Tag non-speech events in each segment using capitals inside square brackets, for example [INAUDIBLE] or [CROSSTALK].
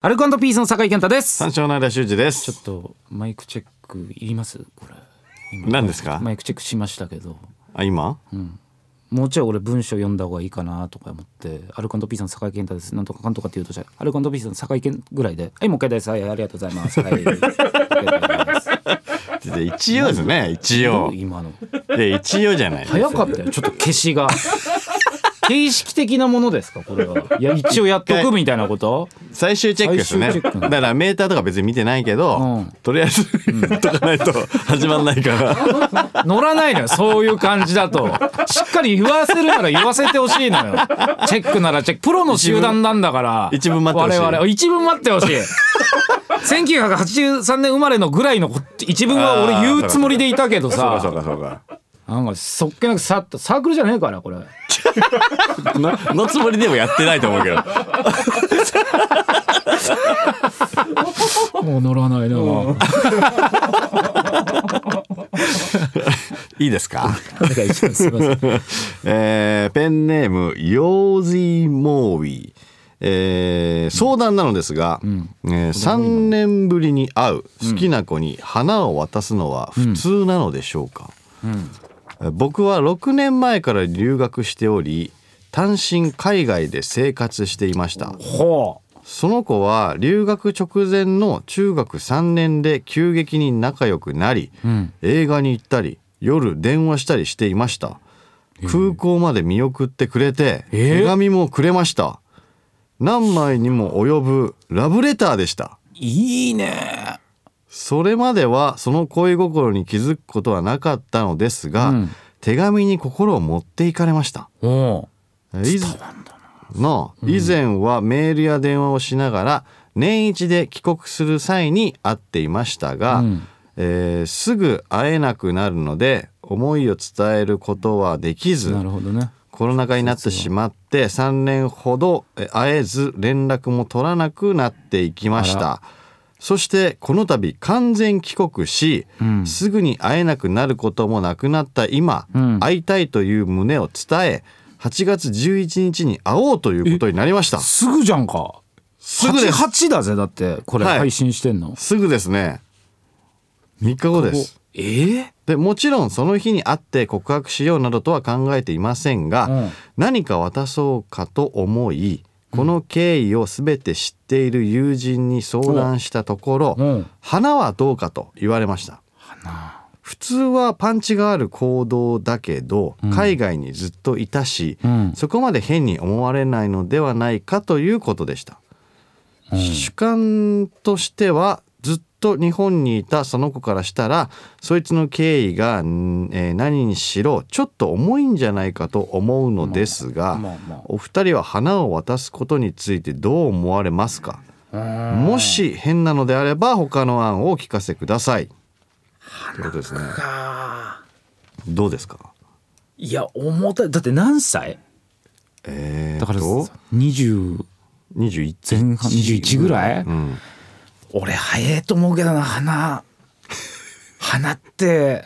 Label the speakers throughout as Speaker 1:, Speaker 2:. Speaker 1: アルコピースの酒井健太です。
Speaker 2: 三照の間修二で
Speaker 1: ちょ
Speaker 2: す
Speaker 1: っ。とマイクチェックいりますこれ。
Speaker 2: 何ですか
Speaker 1: マイクチェックしましたけど、
Speaker 2: あ、今、
Speaker 1: もうちょい俺文章読んだ方がいいかなとか思って、アルコピースの酒井健太です。なんとかかんとかって言うとじゃあ、アルコピースの酒井健ぐらいで、はいもう一回です。はいありがとうござい [LAUGHS] ます。はい。ありがとうございます
Speaker 2: で一応ですね、一応。
Speaker 1: 今の
Speaker 2: で、一応じゃない。
Speaker 1: 早かったよ。ちょっと消し [LAUGHS] が。形式的なものですかこれは。いや一応やっとくみたいなこと？
Speaker 2: 最終チェックですね。
Speaker 1: 最終チェック
Speaker 2: だからメーターとか別に見てないけど、
Speaker 1: うん
Speaker 2: とりあえずや [LAUGHS] っとかないと始まんない
Speaker 1: [LAUGHS]
Speaker 2: から。
Speaker 1: 乗らないのよそういう感じだとしっかり言わせるなら言わせてほしいのよチェックならチェックプロの集団なんだから
Speaker 2: 一文一文待ってほしい
Speaker 1: 我々一文待ってほしい1983年生まれのぐらいのこ一文は俺言うつもりでいたけど
Speaker 2: そうかそう
Speaker 1: さ
Speaker 2: かそうか。
Speaker 1: なんかそっけなくさっとサークルじゃねえからこれ
Speaker 2: [LAUGHS] ののつもりでもやってないと思うけど。
Speaker 1: もう乗らないな、
Speaker 2: いいですか。
Speaker 1: お願いしますすいません
Speaker 2: [LAUGHS] えーペンネームヨーズイモーイえー相談なのですが、え3年ぶりに会う好きな子に花を渡すのは普通なのでしょうか、えー僕は6年前から留学しており単身海外で生活していました
Speaker 1: [LAUGHS] ほう
Speaker 2: その子は留学直前の中学3年で急激に仲良くなり、映画に行ったり夜電話したりしていました空港まで見送ってくれて、
Speaker 1: えー
Speaker 2: 手紙もくれました何枚にも及ぶラブレターでした
Speaker 1: いいね
Speaker 2: それまではその恋心に気づくことはなかったのですが、
Speaker 1: うん
Speaker 2: 手紙に心を持っていかれました
Speaker 1: お
Speaker 2: いずの以前はメールや電話をしながら年一で帰国する際に会っていましたが、
Speaker 1: うん
Speaker 2: えーすぐ会えなくなるので思いを伝えることはでき
Speaker 1: う
Speaker 2: ず
Speaker 1: なるほどね
Speaker 2: コロナ禍になってしまって3年ほどえ会えず連絡も取らなくなっていきましたそしてこの度完全帰国し、
Speaker 1: うん
Speaker 2: すぐに会えなくなることもなくなった今、
Speaker 1: うん
Speaker 2: 会いたいという旨を伝え8月11日に会おうということになりました
Speaker 1: すぐじゃんか
Speaker 2: すぐです
Speaker 1: 88だぜだってこれ
Speaker 2: はい
Speaker 1: 配信してんの、
Speaker 2: すぐですね3日後です
Speaker 1: えー
Speaker 2: でもちろんその日に会って告白しようなどとは考えていませんが、
Speaker 1: うん
Speaker 2: 何か渡そうかと思いこの経緯を全て知っている友人に相談したところ、
Speaker 1: うん
Speaker 2: 花はどうかと言われました普通はパンチがある行動だけど海外にずっといたし、
Speaker 1: うん
Speaker 2: そこまで変に思われないのではないかということでした、主観としてはずっと日本にいたその子からしたらそいつの経緯が、んえー何にしろちょっと重いんじゃないかと思うのですが、
Speaker 1: まあまあ
Speaker 2: お二人は花を渡すことについてどう思われますかもし変なのであれば他の案をお聞かせくださいということですね
Speaker 1: か
Speaker 2: どうですか
Speaker 1: いや重たいだって何歳
Speaker 2: えー、
Speaker 1: だから
Speaker 2: と
Speaker 1: 20
Speaker 2: 21
Speaker 1: 前半21ぐらい、
Speaker 2: うん
Speaker 1: 俺早えと思うけどな花花って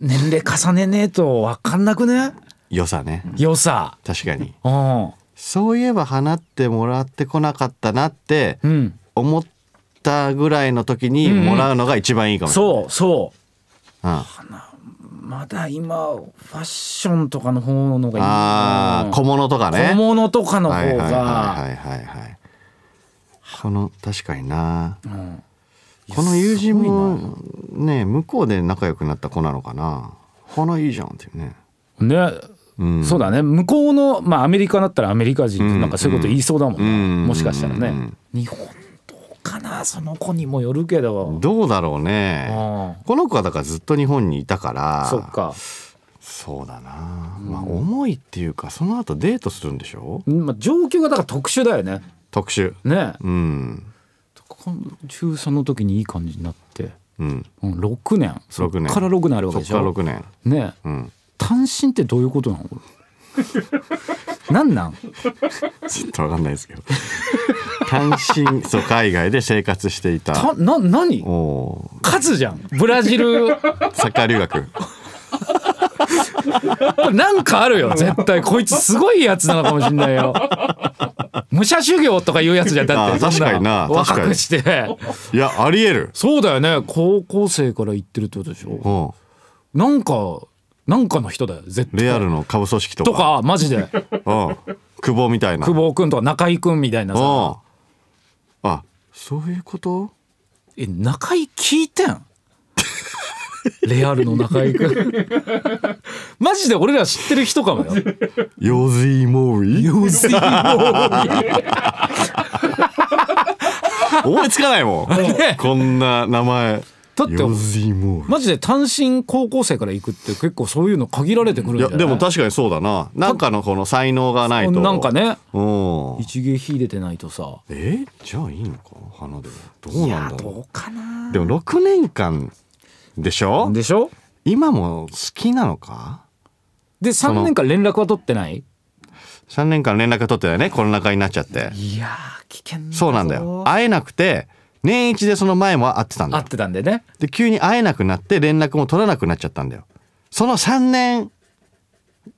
Speaker 1: 年齢重ねねえと分かんなくね
Speaker 2: 良さね
Speaker 1: 良さ
Speaker 2: 確かに
Speaker 1: うん
Speaker 2: そういえば花ってもらってこなかったなって
Speaker 1: うん
Speaker 2: 思ったぐらいの時に
Speaker 1: うんうん
Speaker 2: もらうのが一番いいかもしれない、
Speaker 1: そうそう
Speaker 2: うん
Speaker 1: まだ今ファッションとかの方のがいい
Speaker 2: あー小物とかね
Speaker 1: 小物とかの
Speaker 2: はい
Speaker 1: 方
Speaker 2: はい
Speaker 1: が
Speaker 2: はいはいはいはいこの確かにな
Speaker 1: うん
Speaker 2: この友
Speaker 1: す
Speaker 2: 人
Speaker 1: ごい
Speaker 2: もね向こうで仲良くなった子なのかな花いいじゃんっていうね、
Speaker 1: ね
Speaker 2: うん、
Speaker 1: そうだね向こうの、まあ、アメリカだったらアメリカ人ってなんかそういうこと言いそうだもんね、
Speaker 2: うんうん
Speaker 1: もしかしたらね、
Speaker 2: うん
Speaker 1: 日本どうかなその子にもよるけど、
Speaker 2: どうだろう
Speaker 1: う
Speaker 2: ね
Speaker 1: ん、
Speaker 2: この子はだからずっと日本にいたから
Speaker 1: そっか、
Speaker 2: そうだな、まあ重いっていうかその後デートするんでしょ
Speaker 1: まあ、状況がだから特殊だよね
Speaker 2: 特殊
Speaker 1: ね
Speaker 2: うん
Speaker 1: この中3の時にいい感じになって、
Speaker 2: うん
Speaker 1: うん、6年そっ
Speaker 2: 6年
Speaker 1: から6年あるわけ
Speaker 2: そ
Speaker 1: で
Speaker 2: っ
Speaker 1: し
Speaker 2: から
Speaker 1: ょ
Speaker 2: 6年
Speaker 1: ね
Speaker 2: うん
Speaker 1: 単身ってどういうこと
Speaker 2: [LAUGHS]
Speaker 1: なのこれなんなん
Speaker 2: ちょっとわかんないですけど単身 [LAUGHS] そう海外で生活していた
Speaker 1: たな何
Speaker 2: おお
Speaker 1: 数じゃんブラジル
Speaker 2: ーサッカー留学
Speaker 1: なんかあるよ絶対こいつすごいやつなのかもしんないよ武者修行とかいうやつじゃんだって
Speaker 2: あ
Speaker 1: そ
Speaker 2: ー
Speaker 1: ん
Speaker 2: 確かにな確か
Speaker 1: 若
Speaker 2: に
Speaker 1: くして
Speaker 2: いやありえる、
Speaker 1: そうだよね高校生から行ってるってことでしょ
Speaker 2: うん、
Speaker 1: なんかなんかの人だよ絶対
Speaker 2: レアルの株組織と
Speaker 1: と
Speaker 2: か
Speaker 1: かマジで
Speaker 2: うん、久保みたいな
Speaker 1: 久保君とか中居君みたいなさ
Speaker 2: うんあそういうこと
Speaker 1: え中居聞いてんレアルの中居君マジで俺ら知ってる人かもよ
Speaker 2: ヨズイモーリー
Speaker 1: うずいも
Speaker 2: 思いつかないもん
Speaker 1: ね
Speaker 2: こんな名前
Speaker 1: だって
Speaker 2: ヨズイモーリ
Speaker 1: マジで単身高校生から行くって結構そういうの限られてくるん
Speaker 2: ーい
Speaker 1: じゃ
Speaker 2: や
Speaker 1: ない
Speaker 2: でも確かにそうだななんかのこの才能がないと
Speaker 1: なんかね
Speaker 2: うん
Speaker 1: 一芸秀でてないとさ
Speaker 2: えじゃあいいのか花ではどうなんだろう
Speaker 1: うかな
Speaker 2: でも6年間でしょ
Speaker 1: でしょ
Speaker 2: 今も好きなのか
Speaker 1: で3年間連絡は取ってない
Speaker 2: 3年間連絡が取ってたよねコロナ禍になっちゃって
Speaker 1: いやー危険
Speaker 2: そうなんだよ会えなくて年一でその前も会ってたんだ
Speaker 1: 会っ
Speaker 2: よ
Speaker 1: てたんでね
Speaker 2: で急に会えなくなって連絡も取らなくなっちゃったんだよその3年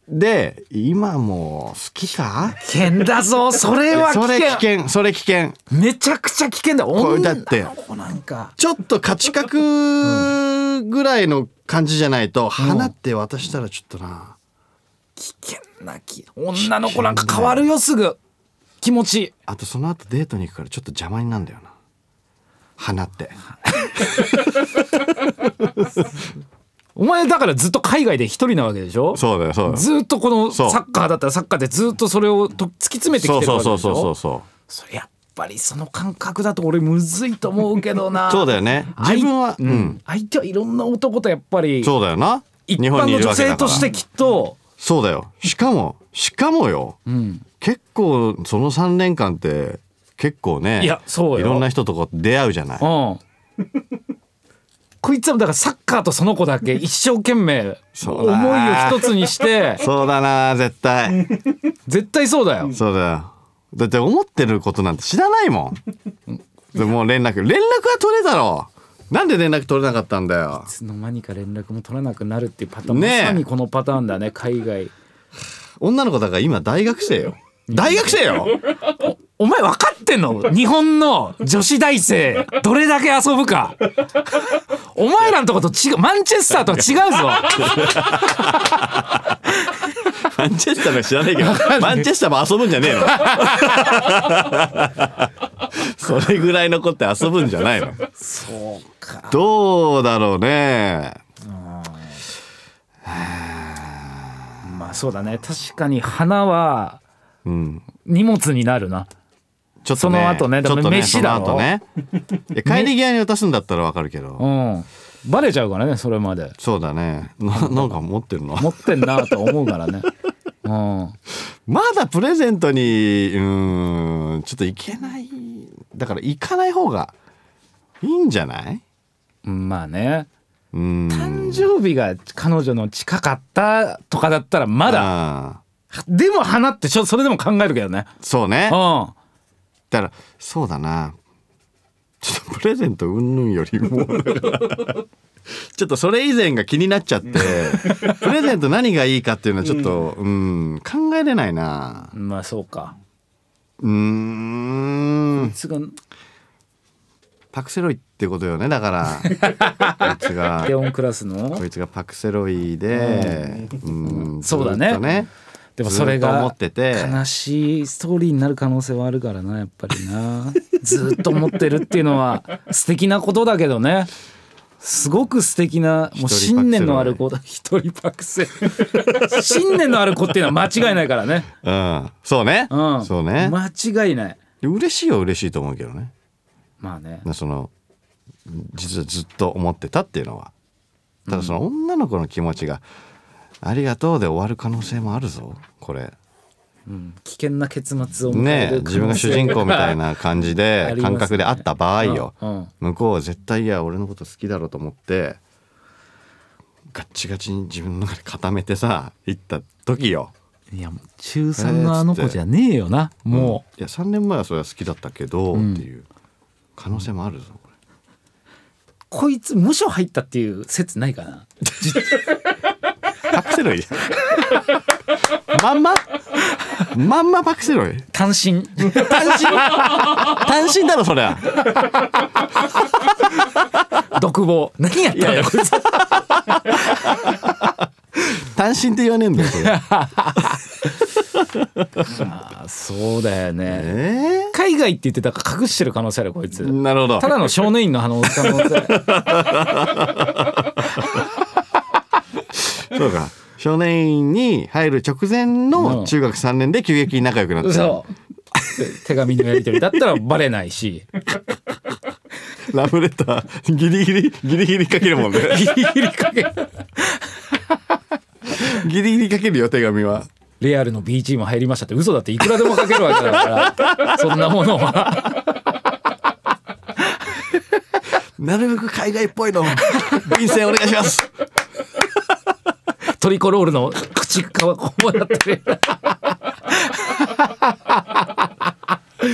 Speaker 2: で今も好きか
Speaker 1: 危険だ [LAUGHS] ぞそれは危
Speaker 2: それ危
Speaker 1: 険
Speaker 2: 険それ危険
Speaker 1: めちゃくちゃ危険だ
Speaker 2: これ
Speaker 1: 女
Speaker 2: だって
Speaker 1: の子なんか
Speaker 2: ちょっと価値格ぐらいの感じじゃないと花って渡したらちょっとな
Speaker 1: 危険なき女の子なんか変わるよすぐ気持ち
Speaker 2: あとその後デートに行くからちょっと邪魔になるんだよな花って
Speaker 1: お前だからずっと海外で一人なわけでしょ
Speaker 2: そうだよそうだよ
Speaker 1: ずっとこのサ
Speaker 2: そう
Speaker 1: ッカーだったらサッカーでずっとそれをと突き詰めてきてる
Speaker 2: そ
Speaker 1: わ
Speaker 2: う
Speaker 1: けでし
Speaker 2: そ
Speaker 1: ょ
Speaker 2: うそうそうそうそう
Speaker 1: それやっぱりその感覚だと俺むずいと思うけどな
Speaker 2: そうだよね
Speaker 1: 相
Speaker 2: 自分はう
Speaker 1: うんん、相手はいろんな男とやっぱり
Speaker 2: そうだよな
Speaker 1: 一
Speaker 2: 日
Speaker 1: 般
Speaker 2: 本にい
Speaker 1: の
Speaker 2: る
Speaker 1: 女
Speaker 2: わけだ
Speaker 1: 性
Speaker 2: か
Speaker 1: と
Speaker 2: ら
Speaker 1: してきっと
Speaker 2: そうだよしかもしかもよ [LAUGHS]
Speaker 1: うん
Speaker 2: 結構その3年間って結構ね
Speaker 1: いやそうよ
Speaker 2: いろんな人とこう出会うじゃない
Speaker 1: うんこいつはだからサッカーとその子だけ一生懸命
Speaker 2: そ
Speaker 1: 思
Speaker 2: う
Speaker 1: い
Speaker 2: だ
Speaker 1: を
Speaker 2: な
Speaker 1: 一つにして
Speaker 2: [LAUGHS] そうだな絶対
Speaker 1: 絶対そうだよ
Speaker 2: そうだよだって思ってることなんて知らないもんでもう連絡連絡は取れたろなんで連絡取れなかったんだよ
Speaker 1: いつの間にか連絡も取らなくなるっていうパターン、
Speaker 2: ねえ
Speaker 1: まさにこのパターンだね海外
Speaker 2: 女の子だから今大学生よ大学生よ
Speaker 1: お前分かってんの日本の女子大生どれだけ遊ぶか
Speaker 2: [LAUGHS]
Speaker 1: お前らのとこと違うマンチェスターとは違うぞ
Speaker 2: マンチェスターの知らないけど、マンチェスターも遊ぶんじゃねえの。それぐらいの子って遊ぶんじゃないの。
Speaker 1: そうか
Speaker 2: どうだろうね。
Speaker 1: まあそうだね確かに花は
Speaker 2: うん。
Speaker 1: 荷物になるな
Speaker 2: ちょっとね、
Speaker 1: その後ね
Speaker 2: ち
Speaker 1: で
Speaker 2: ょ
Speaker 1: も
Speaker 2: っとね、
Speaker 1: 飯だろ
Speaker 2: その後 [LAUGHS] ね。いや帰り際に渡すんだったらわかるけど。
Speaker 1: うんバレちゃうからねそれまで
Speaker 2: そうだ [LAUGHS] ね。ななんか持ってるの。
Speaker 1: 持ってんなと思うから
Speaker 2: [LAUGHS]
Speaker 1: ねうん
Speaker 2: まだプレゼントに、うーん、ちょっと行けない。だから行かない方がいいんじゃない
Speaker 1: うんまあね
Speaker 2: うん。
Speaker 1: 誕生日が彼女の近かったとかだったらまだ
Speaker 2: だ。
Speaker 1: でも花ってちょそれでも考えるけどね
Speaker 2: そうね。
Speaker 1: うん
Speaker 2: だからそうだなちょっとプレゼント云々よりも [LAUGHS] だからちょっとそれ以前が気になっちゃ [LAUGHS] ってプレゼント何がいいかっていうのはちょっとうん考えれないな
Speaker 1: まあそうか
Speaker 2: うーん
Speaker 1: すぐ
Speaker 2: パクセロイってことよねだからこいつが
Speaker 1: [LAUGHS] 低音クラスの
Speaker 2: こいつがパクセロイでうん
Speaker 1: そうだね
Speaker 2: ずっと
Speaker 1: でもそれが
Speaker 2: ずっと思ってて
Speaker 1: 悲しいストーリーになる可能性はあるからなやっぱりな [LAUGHS] ずっと思ってるっていうのは素敵なことだけどねすごく素敵なもう
Speaker 2: 一人パクセロイ
Speaker 1: 信念のある子だ一人パクセロイ信念のある子っていうのは間違いないからね
Speaker 2: うんそうね
Speaker 1: うん
Speaker 2: そうね
Speaker 1: 間違いない
Speaker 2: 嬉しいは嬉しいと思うけどね
Speaker 1: まあね
Speaker 2: その実はずっと思ってたっていうのはただその女の子の気持ちが「ありがとう」で終わる可能性もあるぞこれ
Speaker 1: 危険な結末を迎え
Speaker 2: ねえ
Speaker 1: る可能性
Speaker 2: 自分が主人公みたい
Speaker 1: が
Speaker 2: な感じ
Speaker 1: [LAUGHS] あ
Speaker 2: で
Speaker 1: りますね
Speaker 2: 感覚であった場合よ、
Speaker 1: うんうん
Speaker 2: 向こうは絶対いや俺のこと好きだろうと思ってガッチガチに自分の中で固めてさ行った時よ
Speaker 1: いやもう中3のあの子じゃねえよなも
Speaker 2: いや3年前はそれは好きだったけど、っていう可能性もあるぞこれ
Speaker 1: うこいつ無所入ったっていう説ないかな
Speaker 2: パクセロイ。 [LAUGHS] まんま。まんまパクセロイ。
Speaker 1: 単身
Speaker 2: 単身。単身だろ、そりゃ。
Speaker 1: 独 [LAUGHS] 房何やったんだこいつ
Speaker 2: 単身って言わねえんだよ、そ
Speaker 1: [LAUGHS]
Speaker 2: れ。
Speaker 1: あーそうだよね
Speaker 2: え
Speaker 1: 海外って言ってたから隠してる可能性あるこいつ
Speaker 2: ーなるほど。
Speaker 1: ただの少年院のあの可能性
Speaker 2: [LAUGHS] そうか。少年院に入る直前
Speaker 1: うん
Speaker 2: の中学3年で急激に仲良くなった。
Speaker 1: そう手紙のやり取りだったらバレないし
Speaker 2: ラブレター、ギリギリ、ギリギリかけるもんね。
Speaker 1: ギリギリかけ
Speaker 2: [LAUGHS] ギリギリかけるよ、手紙は。
Speaker 1: レアルの B チーム入りましたって嘘だっていくらでもかけるわけだからそんなものは
Speaker 2: なるべく海外っぽいの。便箋お願いします。
Speaker 1: トリコロールの口かわこうやってる
Speaker 2: [LAUGHS]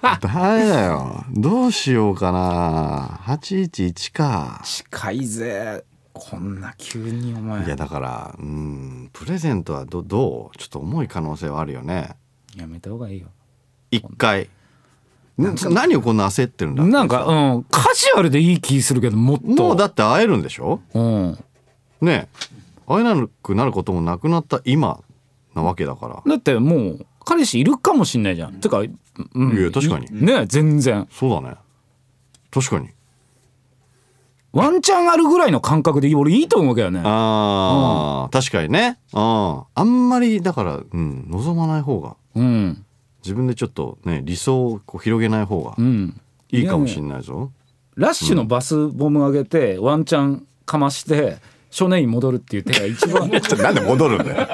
Speaker 2: ダメだよ。どうしようかな。811か。
Speaker 1: 近いぜこんな急にお前
Speaker 2: いやだから、うん、プレゼントはどどうちょっと重い可能性はあるよね。
Speaker 1: やめた方がいいよ
Speaker 2: 一回。な何をこんな焦ってるんだ
Speaker 1: なんかうんカジュアルでいい気するけどもっと
Speaker 2: もうだって会えるんでしょ
Speaker 1: うん
Speaker 2: ねえ会えなくなることもなくなった今なわけだから。
Speaker 1: だってもう彼氏いるかもしんないじゃんてか、うん、
Speaker 2: いや確かに
Speaker 1: ね全然
Speaker 2: そうだね。確かに。
Speaker 1: ワンチャンあるぐらいの感覚で俺いいと思うけどね
Speaker 2: ああ、確かにね。うん。あんまりだから、うん、望まない方が。
Speaker 1: うん
Speaker 2: 自分でちょっとね理想をこう広げない方が
Speaker 1: うん
Speaker 2: いいかもしれ
Speaker 1: い
Speaker 2: ないぞ。
Speaker 1: ラッシュのバスボム上げてワンチャンかまして少年院戻るっていう手が一番
Speaker 2: ちょなんで戻るん [LAUGHS] だよ。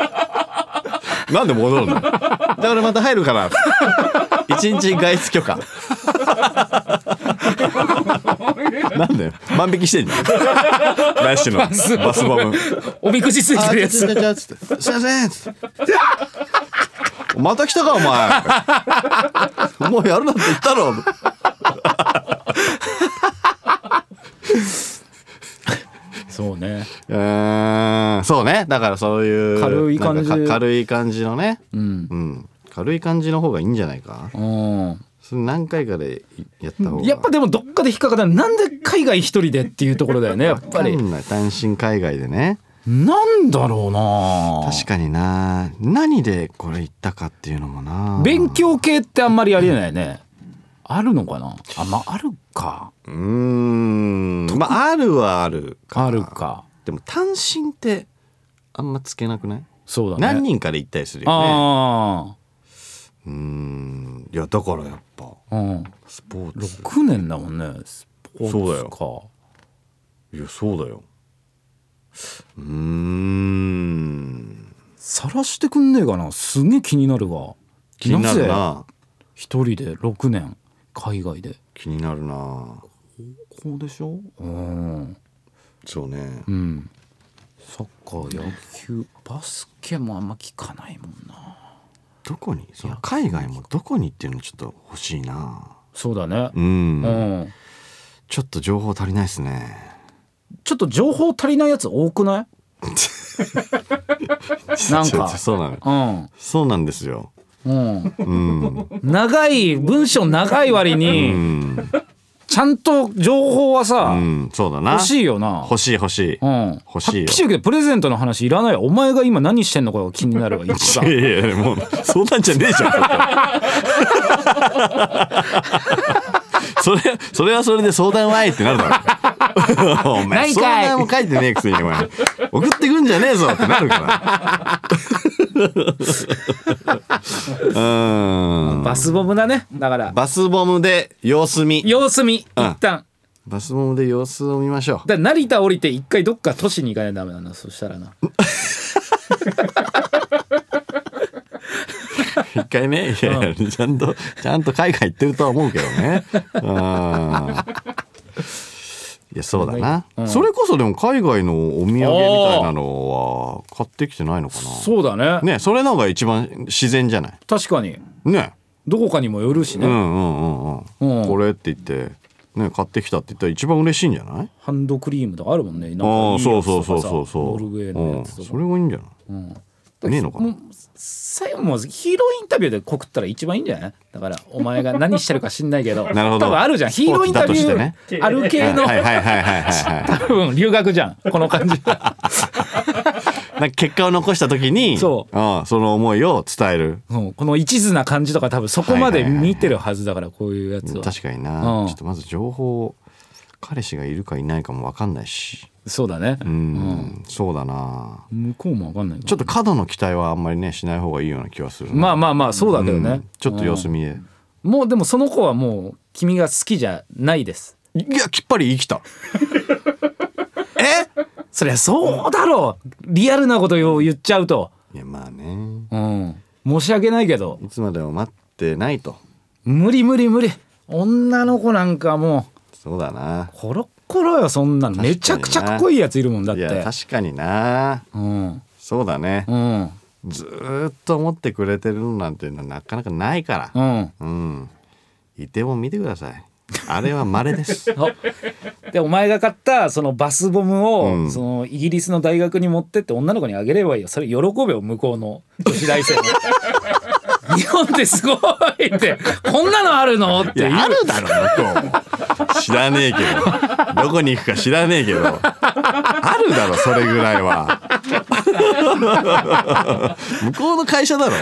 Speaker 2: なんで戻るんだよ。だからまた入るから。 [LAUGHS] 一日外出 [LAUGHS] 許可。なんだよ。万引きしてん [LAUGHS] じゃん。来週の [LAUGHS] バ
Speaker 1: スボム
Speaker 2: スボム。
Speaker 1: [LAUGHS] おみくじついてるや
Speaker 2: す
Speaker 1: つ
Speaker 2: いませんっつって。また来たかお前。もうやるなって言ったろ。
Speaker 1: そうね
Speaker 2: うーんそうねだからそういう
Speaker 1: 軽い感じ
Speaker 2: なんかか軽い感じのね、
Speaker 1: うん
Speaker 2: うん、軽い感じの方がいいんじゃないか
Speaker 1: うん
Speaker 2: それ何回かでやった方が
Speaker 1: やっぱでもどっかで引っかかったらなんで海外一人でっていうところだよねやっぱ
Speaker 2: わ
Speaker 1: り
Speaker 2: かんない単身海外でね
Speaker 1: なんだろうな
Speaker 2: 確かにな何でこれ言ったかっていうのもな
Speaker 1: 勉強系ってあんまりありえないねあるのかなあまああるか
Speaker 2: うーんまああるはあるか
Speaker 1: あるか
Speaker 2: でも単身ってあんまつけなくない、
Speaker 1: そうだね
Speaker 2: 何人かで行ったりするよね
Speaker 1: あ
Speaker 2: うーんいやだからやっぱ
Speaker 1: あうん
Speaker 2: スポーツ
Speaker 1: 6年だもんねスポーツ
Speaker 2: そうだ
Speaker 1: か
Speaker 2: いやそうだようーん
Speaker 1: さらしてくんねえかなすげえ気になるわ
Speaker 2: 気になる
Speaker 1: ぜ
Speaker 2: な
Speaker 1: 一人で6年海外で
Speaker 2: 気になるな
Speaker 1: こうでしょうん
Speaker 2: そうね
Speaker 1: うんサッカー野球バスケもあんま聞かないもんな
Speaker 2: どこにその海外もどこにっていうのちょっと欲しいな
Speaker 1: そうだね
Speaker 2: う、
Speaker 1: うんん
Speaker 2: ちょっと情報足りないですね
Speaker 1: ちょっと情報足りないやつ多くないなん
Speaker 2: ちょ
Speaker 1: か
Speaker 2: っとそうなの
Speaker 1: うん
Speaker 2: そうなんですよ
Speaker 1: うん、
Speaker 2: うん、
Speaker 1: 長い文章長い割
Speaker 2: う
Speaker 1: に
Speaker 2: ん
Speaker 1: ちゃんと情報は
Speaker 2: う
Speaker 1: さ、
Speaker 2: ん、そうだな
Speaker 1: 欲しいよな
Speaker 2: 欲しい欲しい、
Speaker 1: うん、
Speaker 2: 欲しいよ
Speaker 1: はっきり言うけどプレゼントの話いらないわお前が今何してんのかが気にな
Speaker 2: [LAUGHS]
Speaker 1: るわ一
Speaker 2: い
Speaker 1: 番
Speaker 2: やいやもうそうなんじゃねえじゃんそれそれはそれで相談はえってなるだろお前
Speaker 1: ないかい
Speaker 2: 相談も書いてねえくせにお前送ってくんじゃねえぞってなるから
Speaker 1: [LAUGHS]
Speaker 2: うーん
Speaker 1: バスボムだねだから
Speaker 2: バスボムで様子見
Speaker 1: 様子見一
Speaker 2: うん
Speaker 1: 旦、だか
Speaker 2: バスボムで様子を見ましょう
Speaker 1: ら成田降りて一回どっか都市に行かないとダメだなそしたらな
Speaker 2: 一回ねいやいやちゃんとちゃんと海外行ってるとは思うけどねうんいやそうだな、
Speaker 1: うん
Speaker 2: それこそでも海外のお土産みたいなのは買ってきてないのか
Speaker 1: そうだね
Speaker 2: なねそれの方が一番自然じゃない
Speaker 1: 確かに
Speaker 2: ね
Speaker 1: どこかにもよるし
Speaker 2: うんう
Speaker 1: ね、
Speaker 2: んうんうん、
Speaker 1: うん
Speaker 2: これって言ってね、買ってきたって言ったら一番嬉しいんじゃない
Speaker 1: ハンドクリームとかあるもんねなんか
Speaker 2: ああ
Speaker 1: いい
Speaker 2: そう
Speaker 1: やつ
Speaker 2: そう
Speaker 1: とかさ
Speaker 2: そうそうそう
Speaker 1: ノルウェーのやつ
Speaker 2: う
Speaker 1: と
Speaker 2: ん
Speaker 1: か
Speaker 2: それがいいんじゃないねえのかな
Speaker 1: もう最後もうヒーローインタビューで告ったら一番いいんじゃないだからお前が何してるか知んないけど
Speaker 2: [LAUGHS] なるほど
Speaker 1: 多分あるじゃんヒーローインタビ
Speaker 2: スポーツ
Speaker 1: ュ
Speaker 2: だと
Speaker 1: ーある系の、
Speaker 2: はいはいはいはいはいはい
Speaker 1: 多分留学じゃんこの感じ [LAUGHS]
Speaker 2: なんか結果を残した時に
Speaker 1: そ
Speaker 2: うんその思いを伝える
Speaker 1: うんこの一途な感じとか多分そこまで見てるはずだからこういうやつは
Speaker 2: 確かにな、
Speaker 1: うん
Speaker 2: ちょっとまず情報を彼氏がいるかいないかも分かんないし
Speaker 1: そうだね
Speaker 2: うん、そうだな
Speaker 1: 向こうも分かんない
Speaker 2: ちょっと過度の期待はあんまりねしない方がいいような気はするな
Speaker 1: まあまあまあそうだけどね、
Speaker 2: うんちょっと様子見え、
Speaker 1: もうでもその子はもう君が好きじゃないです
Speaker 2: いやきっぱり生きたえ
Speaker 1: そりゃそうだろうリアルなことを言っちゃうと
Speaker 2: いやまあね
Speaker 1: うん申し訳ないけど
Speaker 2: いつまでも待ってないと
Speaker 1: 無理無理無理女の子なんかも
Speaker 2: そうだな
Speaker 1: うコロッコロよそんなの
Speaker 2: 確かにな
Speaker 1: めちゃくちゃかっこいいやついるもんだっ
Speaker 2: い
Speaker 1: て
Speaker 2: や確かにな
Speaker 1: うん
Speaker 2: そうだね
Speaker 1: うん
Speaker 2: ずーっと思ってくれてるのなんていうのはなかなかないから
Speaker 1: うん
Speaker 2: うん。いても見てください。あれは稀 [LAUGHS] です。
Speaker 1: あでお前が買ったそのバスボムを、
Speaker 2: うん
Speaker 1: そのイギリスの大学に持ってって女の子にあげればいいよそれ喜べよ向こうの女子大生も
Speaker 2: [LAUGHS]
Speaker 1: 日本ってすごいってこんなのあるのって
Speaker 2: い
Speaker 1: 言う
Speaker 2: やあるだろ向こうも。 [LAUGHS] 知らねえけど。どこに行くか知らねえけど。あるだろそれぐらい [LAUGHS] は。向こうの会社だろ。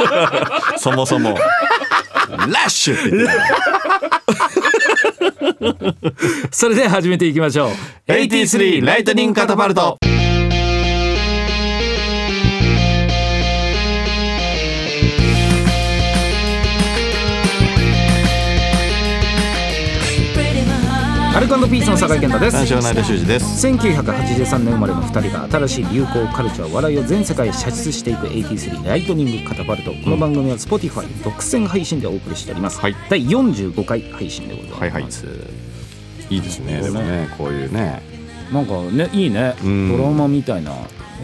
Speaker 2: [LAUGHS] そもそも。ラッシュって言ってたよ
Speaker 1: それでは始めていきましょう
Speaker 2: 83ライトニングカタパルト
Speaker 1: アルコピースの酒井健太です
Speaker 2: 男子は内田修司です。
Speaker 1: 1983年生まれの2人が新しい流行カルチャー笑いを全世界へ射出していく83ライトニングカタパルトこの番組は Spotify 独占配信でお送りしております、
Speaker 2: はい
Speaker 1: 第45回配信でござ
Speaker 2: はい
Speaker 1: い
Speaker 2: はい
Speaker 1: ます、。
Speaker 2: いいですね。でもねこういうね。
Speaker 1: なんかねいいね、
Speaker 2: うん
Speaker 1: ドラマみたいな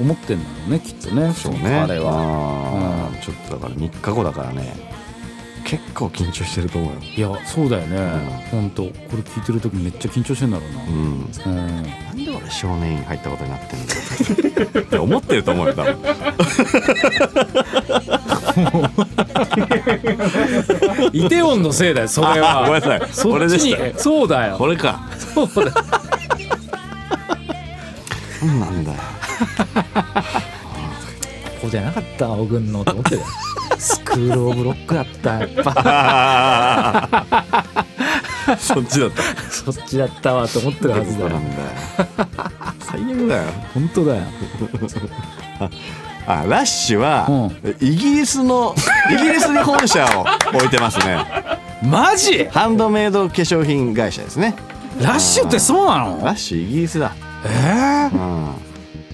Speaker 1: 思ってんだろうねきっとね
Speaker 2: そうね。
Speaker 1: あれは
Speaker 2: は。ちょっとだから3日後だからね。結構緊張してると思うよ。
Speaker 1: いやそうだよね、本当これ聞いてる時めっちゃ緊張してんだろう
Speaker 2: うん。
Speaker 1: な、うん
Speaker 2: なんで俺少年院入ったことになってんだよって [LAUGHS] 思ってると思うよ多分
Speaker 1: イテウォンのせいだよそれは
Speaker 2: [LAUGHS] ごめんなさい
Speaker 1: そ
Speaker 2: 俺
Speaker 1: っち
Speaker 2: でし
Speaker 1: に
Speaker 2: た
Speaker 1: そうだよ
Speaker 2: これか
Speaker 1: そうだよ
Speaker 2: そうなんだよ
Speaker 1: ここじゃなかった青軍のと思ってたよスクール・オブ・ロックだったやっぱ
Speaker 2: そっちだった
Speaker 1: そっちだったわと思ってるはず
Speaker 2: そう
Speaker 1: だよ
Speaker 2: なんだよ最悪だよ
Speaker 1: 本当だよ
Speaker 2: あラッシュは、
Speaker 1: う
Speaker 2: イギリスのイギリスに本社を置いてますね
Speaker 1: マジ
Speaker 2: ハンドメイド化粧品会社ですね
Speaker 1: ラッシュってそうなの
Speaker 2: ラッシュイギリスだ
Speaker 1: え
Speaker 2: うん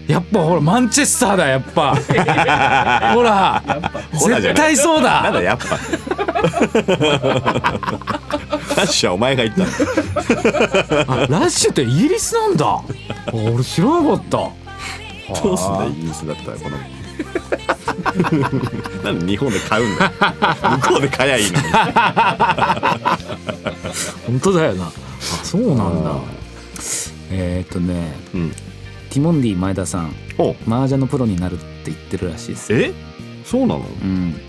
Speaker 1: ー、やっぱほらマンチェスターだやっ
Speaker 2: [LAUGHS]
Speaker 1: ぱほら
Speaker 2: ほらじゃ
Speaker 1: 絶
Speaker 2: ない
Speaker 1: 対そう
Speaker 2: な
Speaker 1: だ
Speaker 2: んだ [LAUGHS] やっぱラッシュはお前が言ったんだ
Speaker 1: あラッシュってイギリスなんだあ俺知らなかった
Speaker 2: どうすんだよイギリスだったらこの [LAUGHS] なんで日本で買うんだよ向こうで買えばいいのに
Speaker 1: 本当だよなあそうなんだえー、っとね
Speaker 2: うん
Speaker 1: ティモンディ前田さん
Speaker 2: [LAUGHS] お
Speaker 1: 麻雀のプロになるって言ってるらしいです
Speaker 2: えそうなの
Speaker 1: うん、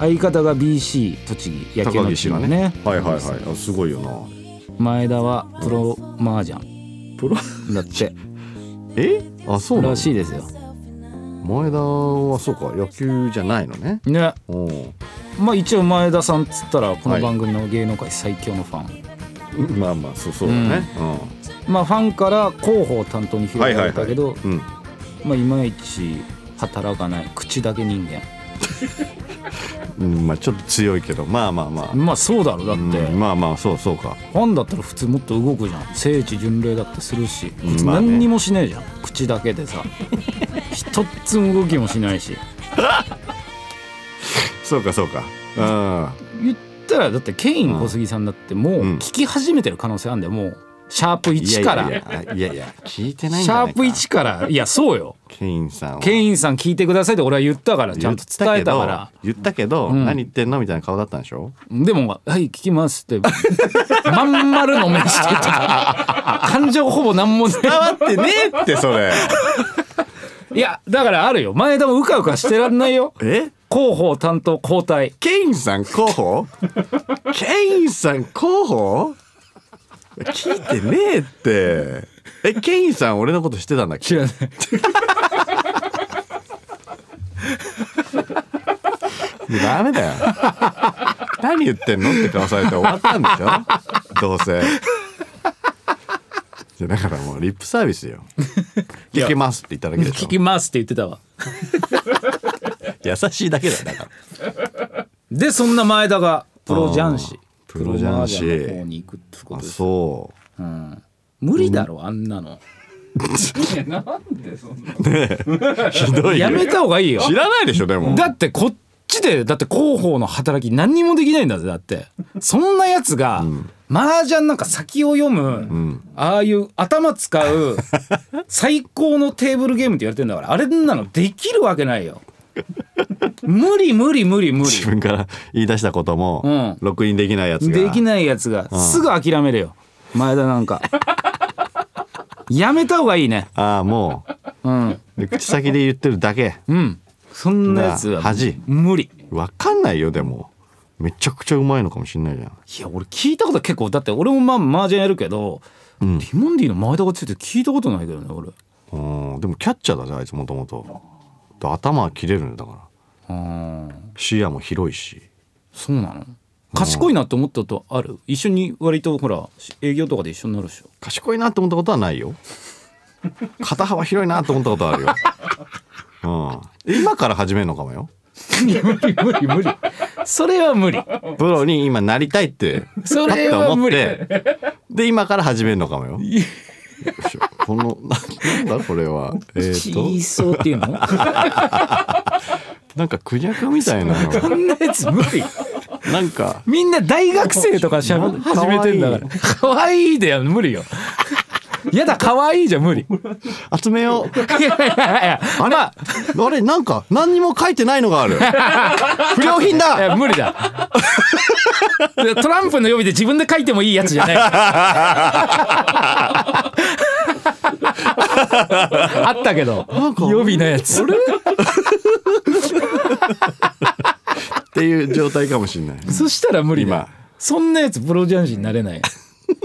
Speaker 1: 相方が BC 栃木野球のチームね
Speaker 2: はいはいはいあすごいよな
Speaker 1: 前田はプロ麻雀
Speaker 2: プロ
Speaker 1: だって
Speaker 2: えあそうなの
Speaker 1: らしいですよ
Speaker 2: 前田はそうか野球じゃないのね
Speaker 1: ね
Speaker 2: おう
Speaker 1: まあ一応前田さんっつったらこの
Speaker 2: はい
Speaker 1: 番組の芸能界最強のファン、
Speaker 2: まあまあそうそうだね
Speaker 1: まあファンから広報担当に広がれたけど、
Speaker 2: うん、うん、
Speaker 1: まあいまいち働かない口だけ人間
Speaker 2: うんまあちょっと強いけどまあまあまあ、
Speaker 1: まあそうだろだって、
Speaker 2: うんまあまあそうそうか
Speaker 1: ファンだったら普通もっと動くじゃん聖地巡礼だってするし、
Speaker 2: うんまあね
Speaker 1: 何にもしねえじゃん口だけで
Speaker 2: [LAUGHS]
Speaker 1: さ一つも動きもしないし
Speaker 2: そうかそうかうん
Speaker 1: 言ったらだってケイン小杉さんだってもう
Speaker 2: うん
Speaker 1: 聞き始めてる可能性あるんだよもうシャープ1から
Speaker 2: いやいやいやいや聞いてないん
Speaker 1: シ
Speaker 2: じゃ
Speaker 1: ャ
Speaker 2: な
Speaker 1: ー
Speaker 2: いか
Speaker 1: プ1からいやそうよ
Speaker 2: ケインさんは
Speaker 1: ケインさん聞いてくださいって俺は言ったからちゃんと伝えたから
Speaker 2: 言ったけど言ったけど、何言ってんのみたいな顔だったんでしょ
Speaker 1: でも「はい聞きます」って [LAUGHS] まん丸の目してた [LAUGHS] 感情ほぼ何もない
Speaker 2: 伝わってねえってそれ
Speaker 1: いやだからあるよ前田もうかうかしてらんない
Speaker 2: [LAUGHS]
Speaker 1: よ
Speaker 2: え
Speaker 1: 広報担当交代
Speaker 2: ケインさん候補ケインさん候補聞いてねえってえケインさん俺のこと知ってたんだっけ
Speaker 1: 知らない
Speaker 2: もうダメだよ何言ってんのって顔されて終わったんでしょどうせじゃだからもうリップサービスよ聞けますって言っただけでし
Speaker 1: 聞き
Speaker 2: ょ
Speaker 1: ますって言ってたわ
Speaker 2: 優しいだけだよだから
Speaker 1: でそんな前田がプロ雀士
Speaker 2: プロ雀士
Speaker 1: プロ麻雀の方に行くってこ
Speaker 2: あ
Speaker 1: とです
Speaker 2: そ
Speaker 1: 無理だろあんなの
Speaker 2: うひどいよ
Speaker 1: やめた方がいいよ
Speaker 2: 知らないでしょでも
Speaker 1: だってこっちでだって広報の働き何にもできないんだぜだってそんなやつが、麻雀なんか先を読む、ああいう頭使う最高のテーブルゲームって言われてんだからあれんなのできるわけないよ無理無理無理無理
Speaker 2: 自分から言い出したことも
Speaker 1: う
Speaker 2: 録音できないやつが
Speaker 1: できないやつがすぐ諦めるよ、前田なんかやめた方がいいね
Speaker 2: ああも
Speaker 1: うん
Speaker 2: うで口先で言ってるだけ
Speaker 1: うんそんなやつは
Speaker 2: なあ恥
Speaker 1: 無理
Speaker 2: わかんないよでもめちゃくちゃうまいのかもしんないじゃん
Speaker 1: いや俺聞いたこと結構だって俺もまあ麻雀やるけど、ティモンディの前田がついて聞いたことないけどね俺
Speaker 2: うんでもキャッチャーだぜあいつもともとで頭は切れるんだから
Speaker 1: うん
Speaker 2: 視野も広いし
Speaker 1: そうなの賢いなって思ったことある一緒に割とほら営業とかで一緒になるでしょ
Speaker 2: 賢いなって思ったことはないよ肩幅広いなって思ったことはあるよ、うん、今から始めるのかもよ
Speaker 1: 無理無理無理それは無理
Speaker 2: プロに今なりたいって
Speaker 1: それ
Speaker 2: パッと
Speaker 1: は
Speaker 2: 思
Speaker 1: 無
Speaker 2: っ
Speaker 1: 理
Speaker 2: てで今から始めるのかもよよいしょこのななんだこれはえっ、
Speaker 1: 言い
Speaker 2: と
Speaker 1: そうっていうの
Speaker 2: なんかクジャクみたいなの
Speaker 1: そんなやつ無理
Speaker 2: なんか
Speaker 1: みんな大学生とかしゃべ
Speaker 2: なんか
Speaker 1: 始めてんだから可愛いでや無理よやだ可愛いじゃ無理
Speaker 2: 集めよう
Speaker 1: いやいやいやいや
Speaker 2: あれ、あれなんか何にも書いてないのがある不良品
Speaker 1: い
Speaker 2: だ
Speaker 1: や無理だトランプの予備で自分で書いてもいいやつじゃない
Speaker 2: [LAUGHS]
Speaker 1: あったけど予備のやつ
Speaker 2: っていう状態かもしれない
Speaker 1: そしたら無理
Speaker 2: 今
Speaker 1: だそんなやつプロ雀士になれない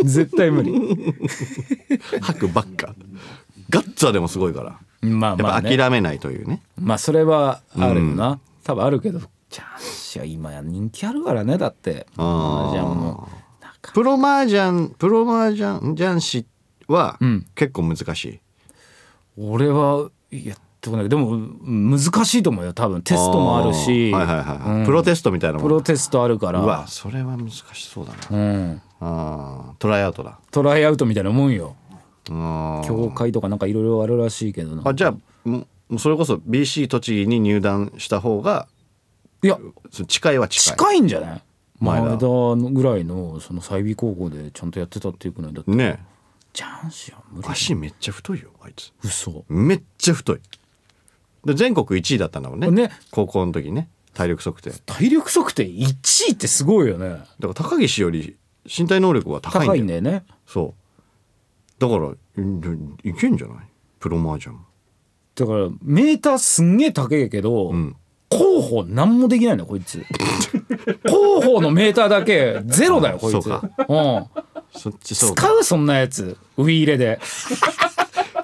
Speaker 1: 絶対無理
Speaker 2: 吐くばっかガッツァでもすごいから
Speaker 1: まあ
Speaker 2: や
Speaker 1: まあ、
Speaker 2: っぱ
Speaker 1: ね、
Speaker 2: 諦めないというね
Speaker 1: まあそれはあるよな、多分あるけどチャンシは今や人気あるからねだって
Speaker 2: あー
Speaker 1: 麻雀もなんか
Speaker 2: プロ麻雀プロ麻雀雀士は
Speaker 1: ん
Speaker 2: 結構難しい、
Speaker 1: 俺はやってこないでも難しいと思うよ多分テストもあるし
Speaker 2: はいはいはいはい
Speaker 1: うん
Speaker 2: プロテストみたいなも
Speaker 1: プ
Speaker 2: ん
Speaker 1: ロテストあるから
Speaker 2: うわそれは難しそうだ
Speaker 1: う
Speaker 2: な、
Speaker 1: ん、
Speaker 2: あートライアウトだ
Speaker 1: トライアウトみたいなもんよ
Speaker 2: あー
Speaker 1: 協会とかなんかいろいろあるらしいけどな
Speaker 2: あじゃあもうそれこそ BC 栃木に入団した方が
Speaker 1: いや
Speaker 2: その近いは近い
Speaker 1: 近いんじゃない
Speaker 2: 前
Speaker 1: 前
Speaker 2: 田
Speaker 1: 田ぐらいのその済美高校でちゃんとやってたっていうくらいだって
Speaker 2: ね
Speaker 1: チャンシは無
Speaker 2: え
Speaker 1: 理
Speaker 2: 足めっちゃ太いよあいつ
Speaker 1: 嘘
Speaker 2: めっちゃ太いで全国1位だったんだもんね
Speaker 1: ね
Speaker 2: 高校の時ね体力測定だか
Speaker 1: 体力測定1位ってすごいよね
Speaker 2: ら高岸より身体能力は高いんだ
Speaker 1: 高い
Speaker 2: よ
Speaker 1: んだよね
Speaker 2: そうだからんいけんじゃないプロマージャン
Speaker 1: だからメーターすんげえ高いけど、
Speaker 2: ん
Speaker 1: 広報なんもできないのこいつ広報のメーターだけゼロだよこいつ
Speaker 2: そうか
Speaker 1: うん
Speaker 2: そっちそうだ
Speaker 1: 使うそんなやつウィーレで
Speaker 2: フ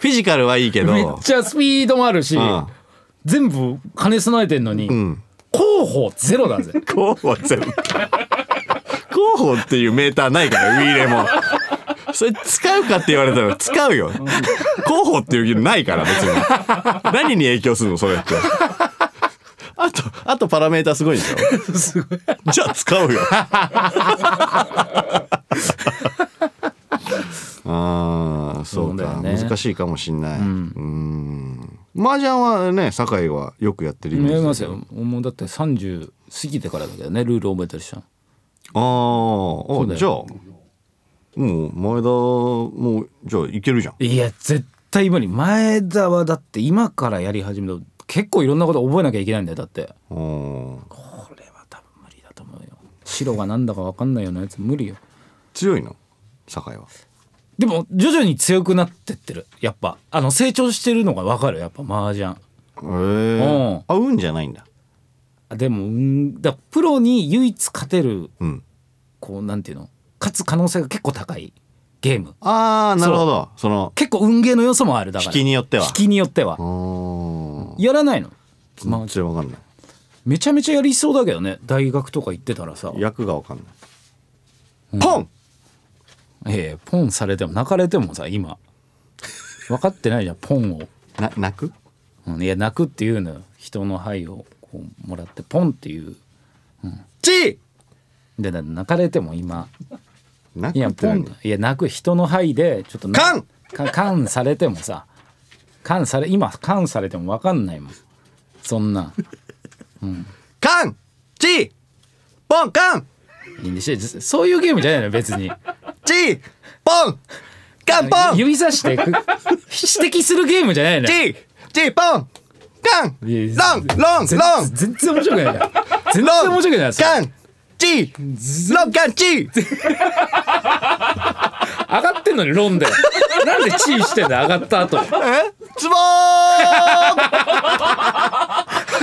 Speaker 2: ィジカルはいいけど
Speaker 1: めっちゃスピードもあるし、
Speaker 2: うん
Speaker 1: 全部兼ね備えてんのに、
Speaker 2: ん
Speaker 1: 候補ゼロだぜ
Speaker 2: 候補全部候補っていうメーターないからウィーレもそれ使うかって言われたら使うよ候補っていう義務ないから別に何に影響するのそれってあとあとパラメーターすごいんです
Speaker 1: す
Speaker 2: よ
Speaker 1: ごい
Speaker 2: じゃあ使
Speaker 1: [LAUGHS]
Speaker 2: うよああそう
Speaker 1: そうだ
Speaker 2: か
Speaker 1: よね
Speaker 2: 難しいかもしんないうん麻雀はね酒井はよくやってるイメージ
Speaker 1: 見え
Speaker 2: だけど
Speaker 1: ますよもうだって30過ぎてからだけどねルール覚えたりしたの
Speaker 2: あーあ、
Speaker 1: うだ
Speaker 2: じゃあもう前田もうじゃあいけるじゃん
Speaker 1: いや絶対無理前田はだって今からやり始めた結構いろんなこと覚えなきゃいけないんだよだって
Speaker 2: うん
Speaker 1: これは多分無理だと思うよ白がなんだか分かんないようなやつ無理よ
Speaker 2: 強いの酒井は
Speaker 1: でも徐々に強くなってってるやっぱあの成長してるのが分かるやっぱ麻雀
Speaker 2: えー、あ運じゃないんだ
Speaker 1: あでもうんだプロに唯一勝てる
Speaker 2: うん
Speaker 1: こうなんていうの勝つ可能性が結構高いゲーム
Speaker 2: ああなるほどその
Speaker 1: 結構運ゲーの要素もあるだから
Speaker 2: 引きによっては
Speaker 1: 引きによっては
Speaker 2: あー
Speaker 1: やらないのまあ
Speaker 2: 全然わかんない
Speaker 1: めちゃめちゃやりそうだけどね大学とか行ってたらさ
Speaker 2: 役がわかんない、ポン
Speaker 1: ええポンされても泣かれてもさ今分かってないじゃんポンを、
Speaker 2: な泣く
Speaker 1: うん、いや泣くっていうのよ人の牌をこうもらってポンっていう
Speaker 2: チー
Speaker 1: でだ泣かれても今い
Speaker 2: 泣く
Speaker 1: や
Speaker 2: って
Speaker 1: ポ
Speaker 2: 何
Speaker 1: ンいや泣く人の牌でちょっとな
Speaker 2: カン
Speaker 1: かカンされてもさカンされ今カンされても分かんないもんそんな
Speaker 2: カンチーポンカン
Speaker 1: いいんでしょそういうゲームじゃないのよ別に
Speaker 2: チーポンカンポン
Speaker 1: 指さしてく指摘するゲームじゃないの
Speaker 2: チ
Speaker 1: よ
Speaker 2: ーチーポンカンロ
Speaker 1: い
Speaker 2: ン
Speaker 1: や
Speaker 2: ロン
Speaker 1: 全
Speaker 2: ロン
Speaker 1: 全然面白くないから全然
Speaker 2: ロン
Speaker 1: 面白くない
Speaker 2: カンチーロンカンチー
Speaker 1: 上がってんのにロンでなんでチーしてんだ上がった後
Speaker 2: えツボーン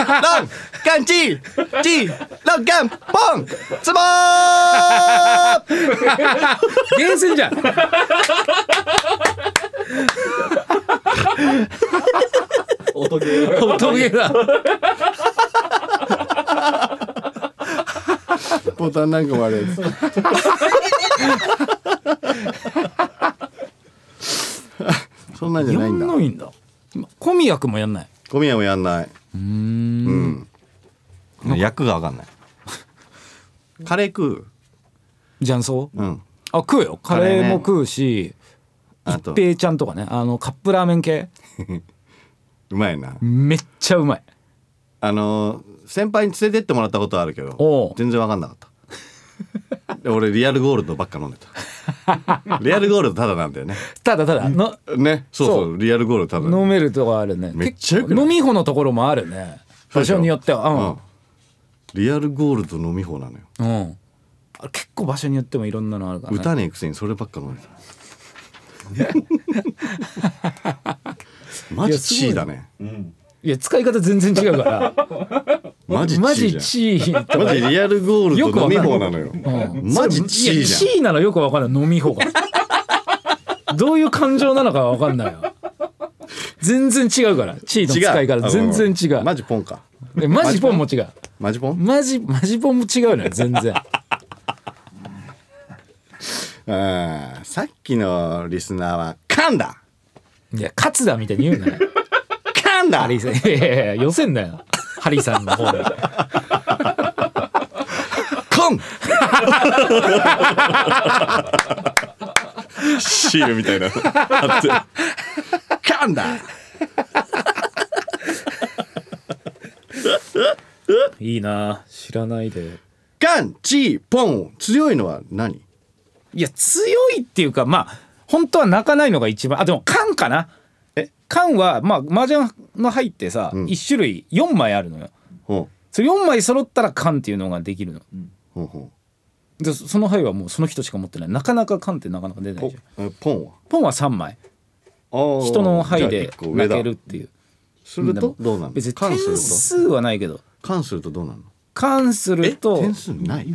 Speaker 2: ロンカンチーチーロンカンポンツボーン
Speaker 1: 厳選じゃん
Speaker 3: 音ゲー
Speaker 1: 音ゲーだ
Speaker 2: ボタンなんか悪いそんなんじゃ
Speaker 1: や
Speaker 2: ないん
Speaker 1: ん
Speaker 2: だ
Speaker 1: ないんだ今小宮君もやんない
Speaker 2: 小宮もやんないうん役が分かんないカレー食
Speaker 1: ジャンソー
Speaker 2: ううん
Speaker 1: あ食うよカレーも食うし
Speaker 2: あ
Speaker 1: 一
Speaker 2: と
Speaker 1: 平ちゃんとかねあのカップラーメン系
Speaker 2: うまいな
Speaker 1: めっちゃうまい
Speaker 2: あのー先輩に連れてってもらったことはあるけ
Speaker 1: おう
Speaker 2: ど全然分かんなかったで俺リアルゴールドばっか飲ん
Speaker 1: [LAUGHS]
Speaker 2: でたリアルゴールドただなんだよね
Speaker 1: ただただの
Speaker 2: ねそうそう
Speaker 1: そ
Speaker 2: リアルゴールドただ
Speaker 1: 飲めるとこあるね
Speaker 2: めっちゃよくな
Speaker 1: 結
Speaker 2: い
Speaker 1: 構飲み穂のところもあるね
Speaker 2: そ
Speaker 1: 場
Speaker 2: うでしょ
Speaker 1: 所によっては
Speaker 2: うん、リアルゴールド飲み放なのよ
Speaker 1: うん、うんあ結構場所によってもいろんなのあるから、ね、
Speaker 2: 歌ねえくせにそればっか
Speaker 1: [LAUGHS]
Speaker 2: 飲んでたマジチーだね
Speaker 3: うん
Speaker 1: いや使い方全然違うから
Speaker 2: マ [LAUGHS] ジチ
Speaker 1: マ
Speaker 2: ーじ
Speaker 1: ジ
Speaker 2: ゃん
Speaker 1: チーと
Speaker 2: マ
Speaker 1: か
Speaker 2: ジリアルゴールド飲み放なのよ
Speaker 1: うん
Speaker 2: マジチーじ
Speaker 1: いやチーなのよくわかんない飲み方
Speaker 2: [LAUGHS]
Speaker 1: がどういう感情なのかわかんないよ全然違うからチーの
Speaker 2: ゃん違う
Speaker 1: 使い方全然違
Speaker 2: あごめんごめんマ
Speaker 1: うえマ
Speaker 2: ジポンか
Speaker 1: ジポンも違う
Speaker 2: マジポン
Speaker 1: マジマジポンも違うのよ全然
Speaker 2: あーさっきのリスナーは「カンだ
Speaker 1: いや勝つだみたいに言うなよ
Speaker 2: カンだ
Speaker 1: ハリーさんいやいやいや寄せんなよハリーさんの方に
Speaker 2: コン! 」シールみたい [LAUGHS] なの貼って「カンだ!」
Speaker 1: いいな知らないで
Speaker 2: ガンチーポン強いのは何
Speaker 1: いや強いっていうかまあ本当は泣かないのが一番あでも缶かな
Speaker 2: え
Speaker 1: 缶はまあ麻雀の入ってさ、
Speaker 2: ん
Speaker 1: 一1種類4枚あるのよ
Speaker 2: ほ
Speaker 1: それ4枚揃ったら缶っていうのができるの
Speaker 2: うほうほ
Speaker 1: でそその牌はもうその人しか持ってないなかなか缶ってなかなか出
Speaker 2: う
Speaker 1: ない
Speaker 2: ポ
Speaker 1: じゃん
Speaker 2: えポンは
Speaker 1: ポンは3枚
Speaker 2: あー
Speaker 1: 人の牌で
Speaker 2: じゃあ一個上
Speaker 1: 泣
Speaker 2: だ
Speaker 1: けるっていう
Speaker 2: する
Speaker 1: で
Speaker 2: と
Speaker 1: も
Speaker 2: どうなの
Speaker 1: 別に
Speaker 2: 缶
Speaker 1: 点
Speaker 2: すると
Speaker 1: 数はないけど
Speaker 2: 缶するとどうなの
Speaker 1: 缶すると
Speaker 2: 点数ない意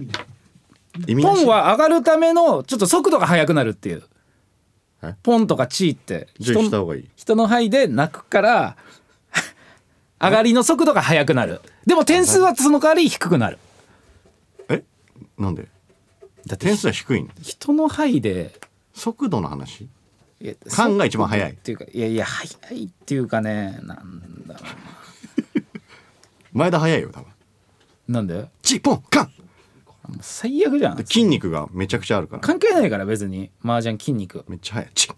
Speaker 2: 味なし
Speaker 1: ポンは上がるためのちょっと速度が速くなるっていう
Speaker 2: え
Speaker 1: ポンとかチーって
Speaker 2: じゃあ
Speaker 1: の
Speaker 2: した方がいい
Speaker 1: 人の範囲で泣くから
Speaker 2: [LAUGHS]
Speaker 1: 上がりの速度が速くなるでも点数はその代わり低くなる
Speaker 2: えなんで
Speaker 1: だって
Speaker 2: 点数は低いの
Speaker 1: 人の範囲で
Speaker 2: 速度の話
Speaker 1: いや
Speaker 2: 缶が一番速い
Speaker 1: っていうかいやいや早いっていうかねなんだろ
Speaker 2: 前田速いよ多分
Speaker 1: うなんでもう
Speaker 2: チーポン缶
Speaker 1: 最悪じゃん
Speaker 2: で筋肉がめちゃくちゃあるから
Speaker 1: 関係ないから別に麻雀筋肉
Speaker 2: めっちゃ速いチ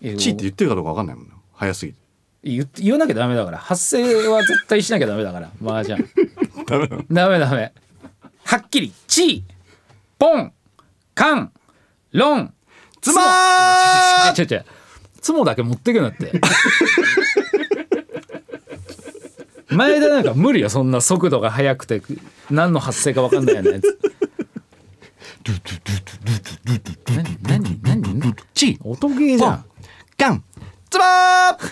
Speaker 2: ー
Speaker 1: いや
Speaker 2: チーって言ってるかどうか分かんないもんな速すぎて
Speaker 1: 言って言わなきゃダメだから発声は絶対しなきゃダメだから麻 [LAUGHS] 雀
Speaker 2: ダメなの
Speaker 1: ダメダメはっきり「チー」「ポン」「カン」「ロン
Speaker 2: つまー
Speaker 1: ちょちょちょつもだけ持ってくなって前田なんか無理よそんな速度が速くて何の発生か分かんないようなやつな何何何
Speaker 2: チ
Speaker 1: 音ゲーじゃん
Speaker 2: ガンつまー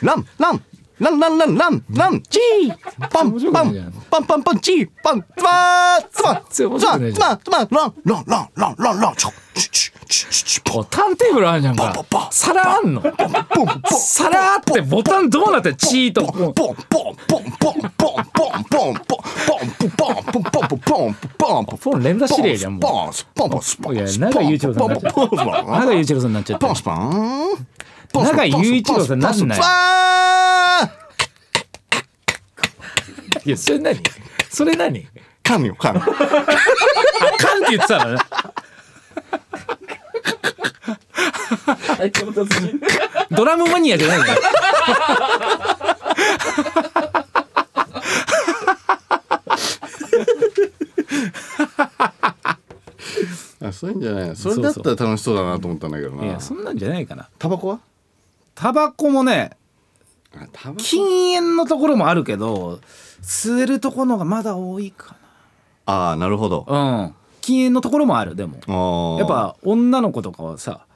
Speaker 2: ランランランランランランランチーパンパンパンパンパンチーパンつまーつまーつまーつまーつまーランランランランランランチョチチチチチポン
Speaker 1: おターンテーブルあるじゃん
Speaker 2: パ
Speaker 1: か
Speaker 2: パパ
Speaker 1: 皿あんの
Speaker 2: ポンポン
Speaker 1: 皿あってボタンどうなってんチー
Speaker 2: ポン
Speaker 1: と
Speaker 2: ポンポンポンポンポンポンポンポンポンポンポンポンポンポンポンポンポン
Speaker 1: フォン連打指令じゃんも
Speaker 2: ポンスポンポンスポン
Speaker 1: いや中井雄一郎さんになっちゃう
Speaker 2: ポンポンポン
Speaker 1: う永井雄一郎さんになっちゃってる中井雄一郎さんなんなんや
Speaker 2: ポンスポンポンスポンパンスポン
Speaker 1: いやそれ何それ何
Speaker 2: 噛むよ噛む
Speaker 1: あかんって言って [LAUGHS] たのね
Speaker 3: 最強の達人。
Speaker 1: ドラムマニアじゃないんだよ
Speaker 2: あそういうんじゃないのそれだったら楽しそうだなと思ったんだけど
Speaker 1: い
Speaker 2: な
Speaker 1: やそんなんじゃないかな
Speaker 2: タバコは
Speaker 1: タバコもね
Speaker 2: あタバコ
Speaker 1: 禁煙のところもあるけど吸えるところのがまだ多いか
Speaker 2: ああなるほど
Speaker 1: なうん禁煙のところもあるでも
Speaker 2: ああ
Speaker 1: やっぱ女の子とかはさ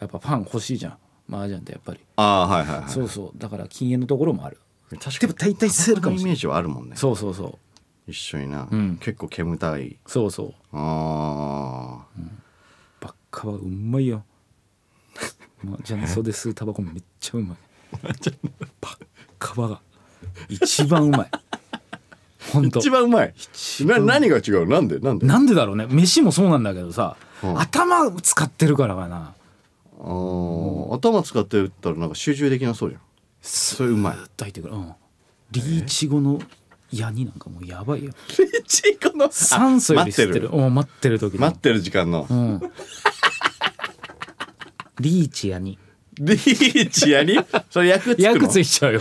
Speaker 1: やっぱファン欲しいじゃんマージャンってやっぱり
Speaker 2: ああはいはいはい
Speaker 1: そうそうだから禁煙のところもある
Speaker 2: 確かに
Speaker 1: でも大体吸えるかもしれ
Speaker 2: イメ
Speaker 1: ない
Speaker 2: ージはあるもんね
Speaker 1: そうそうそう
Speaker 2: 一緒にな、
Speaker 1: うん
Speaker 2: 結構煙たい
Speaker 1: そうそう
Speaker 2: ああ、
Speaker 1: バッカはうまいよマージャン袖吸うタバコめっちゃうまいバッカバが一番うまい本当
Speaker 2: 一番うまいな何が違うなんでなんで
Speaker 1: なんでだろうね飯もそうなんだけどさ、
Speaker 2: うん
Speaker 1: 頭使ってるからかな
Speaker 2: あー頭使って打ったらなんか集中できなそうじゃん
Speaker 1: ス
Speaker 2: それうまい
Speaker 1: ッと入ってくる、うん、リーチ後のヤニなんかもうやばいよ
Speaker 2: ちこの
Speaker 1: 酸素より吸ってるうん待ってる時の
Speaker 2: 待ってる時間の、
Speaker 1: うんリーチヤニ
Speaker 2: リーチやりそれ役つくの
Speaker 1: 役ついちゃうよ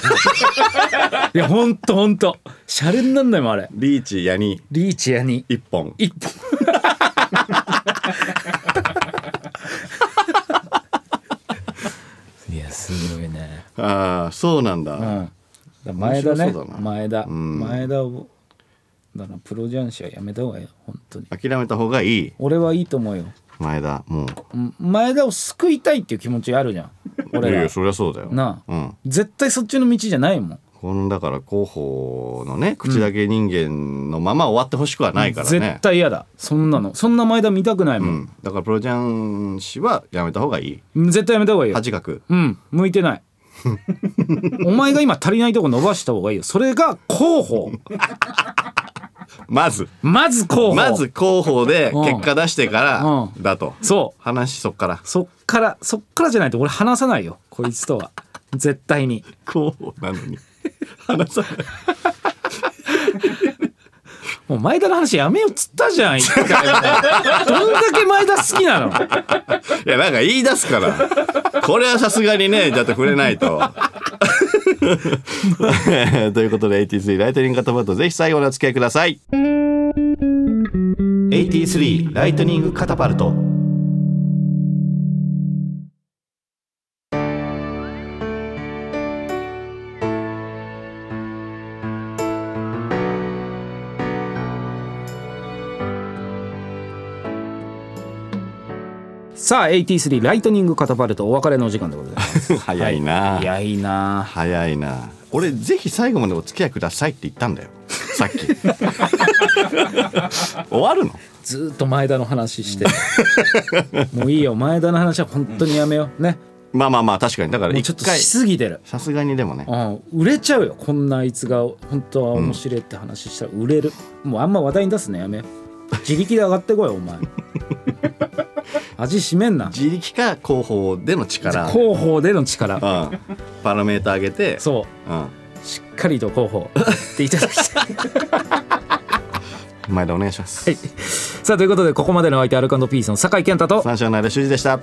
Speaker 1: いやほんとほんとシャレになんないもんあれ
Speaker 2: リーチやに
Speaker 1: リーチヤニ
Speaker 2: 一本
Speaker 1: 一本 [LAUGHS] いやすごいね
Speaker 2: ああそうなんだ、
Speaker 1: うん、前田ね
Speaker 2: 面白そうだな
Speaker 1: 前田、
Speaker 2: うん
Speaker 1: 前田をだからプロ雀士はやめた方がいいよ本当に
Speaker 2: 諦めた方がいい
Speaker 1: 俺はいいと思うよ
Speaker 2: 前田もう
Speaker 1: うん前田を救いたいっていう気持ちあるじゃん俺
Speaker 2: いやい
Speaker 1: ら
Speaker 2: やそりゃそうだよ
Speaker 1: なあ
Speaker 2: うん
Speaker 1: 絶対そっちの道じゃないもん
Speaker 2: このだから広報のね口だけ人間のまま終わってほしくはないからね、
Speaker 1: 絶対嫌だそんなのそんな前田見たくないも、
Speaker 2: うんん、だからプロジャン氏はやめた方がいい
Speaker 1: 絶対やめた方がいいよ
Speaker 2: 恥かく
Speaker 1: うん向いて
Speaker 2: [LAUGHS]
Speaker 1: ないお前が今足りないとこ伸ばした方がいいよそれが候補
Speaker 2: まず
Speaker 1: まず候補
Speaker 2: まず広報で
Speaker 1: うん
Speaker 2: 結果出してか
Speaker 1: う
Speaker 2: らだと
Speaker 1: そう
Speaker 2: 話そっから
Speaker 1: そっからそっからじゃないと俺話さないよこいつとは絶対に
Speaker 2: 広報なのに [LAUGHS] 話さない
Speaker 1: もう前田の話やめようっつったじゃん一回もどんだけ前田好きなの
Speaker 2: いやなんか言い出すからこれはさすがにねだって触れない [LAUGHS] と。ということで83ライトニングカットバットぜひ最後までお付き合いください。83ライトニングカタパルト
Speaker 1: さあ83ライトニングカタパルトお別れのお時間でござい
Speaker 2: [LAUGHS]
Speaker 1: ます
Speaker 2: 早いな、
Speaker 1: 早いな
Speaker 2: 早いな俺ぜひ最後までお付き合いくださいって言ったんだよさっ [LAUGHS] き終わるの
Speaker 1: ずーっと前田の話
Speaker 2: [LAUGHS]
Speaker 1: してもういいよ前田の話は本当にやめようね
Speaker 2: まあまあまあ確かにだから
Speaker 1: もうちょ
Speaker 2: 一
Speaker 1: っと
Speaker 2: 回
Speaker 1: しすぎてる
Speaker 2: さすがにでもね
Speaker 1: うん、売れちゃうよこんなあいつが本当は面白いって話したら売れる、もうあんま話題に出すのやめよう自力で上がってこいお [LAUGHS] 前味しめんな
Speaker 2: 自力か広報での力、うん、
Speaker 1: 広報での力
Speaker 2: パラメーター上げて
Speaker 1: そう
Speaker 2: うん
Speaker 1: しっかりと候 [LAUGHS] 補っていただきたい。
Speaker 2: 前田お願いします。
Speaker 1: さあということでここまでのお相手アルカンドピースの酒井健太と
Speaker 2: 三章の間修二でした。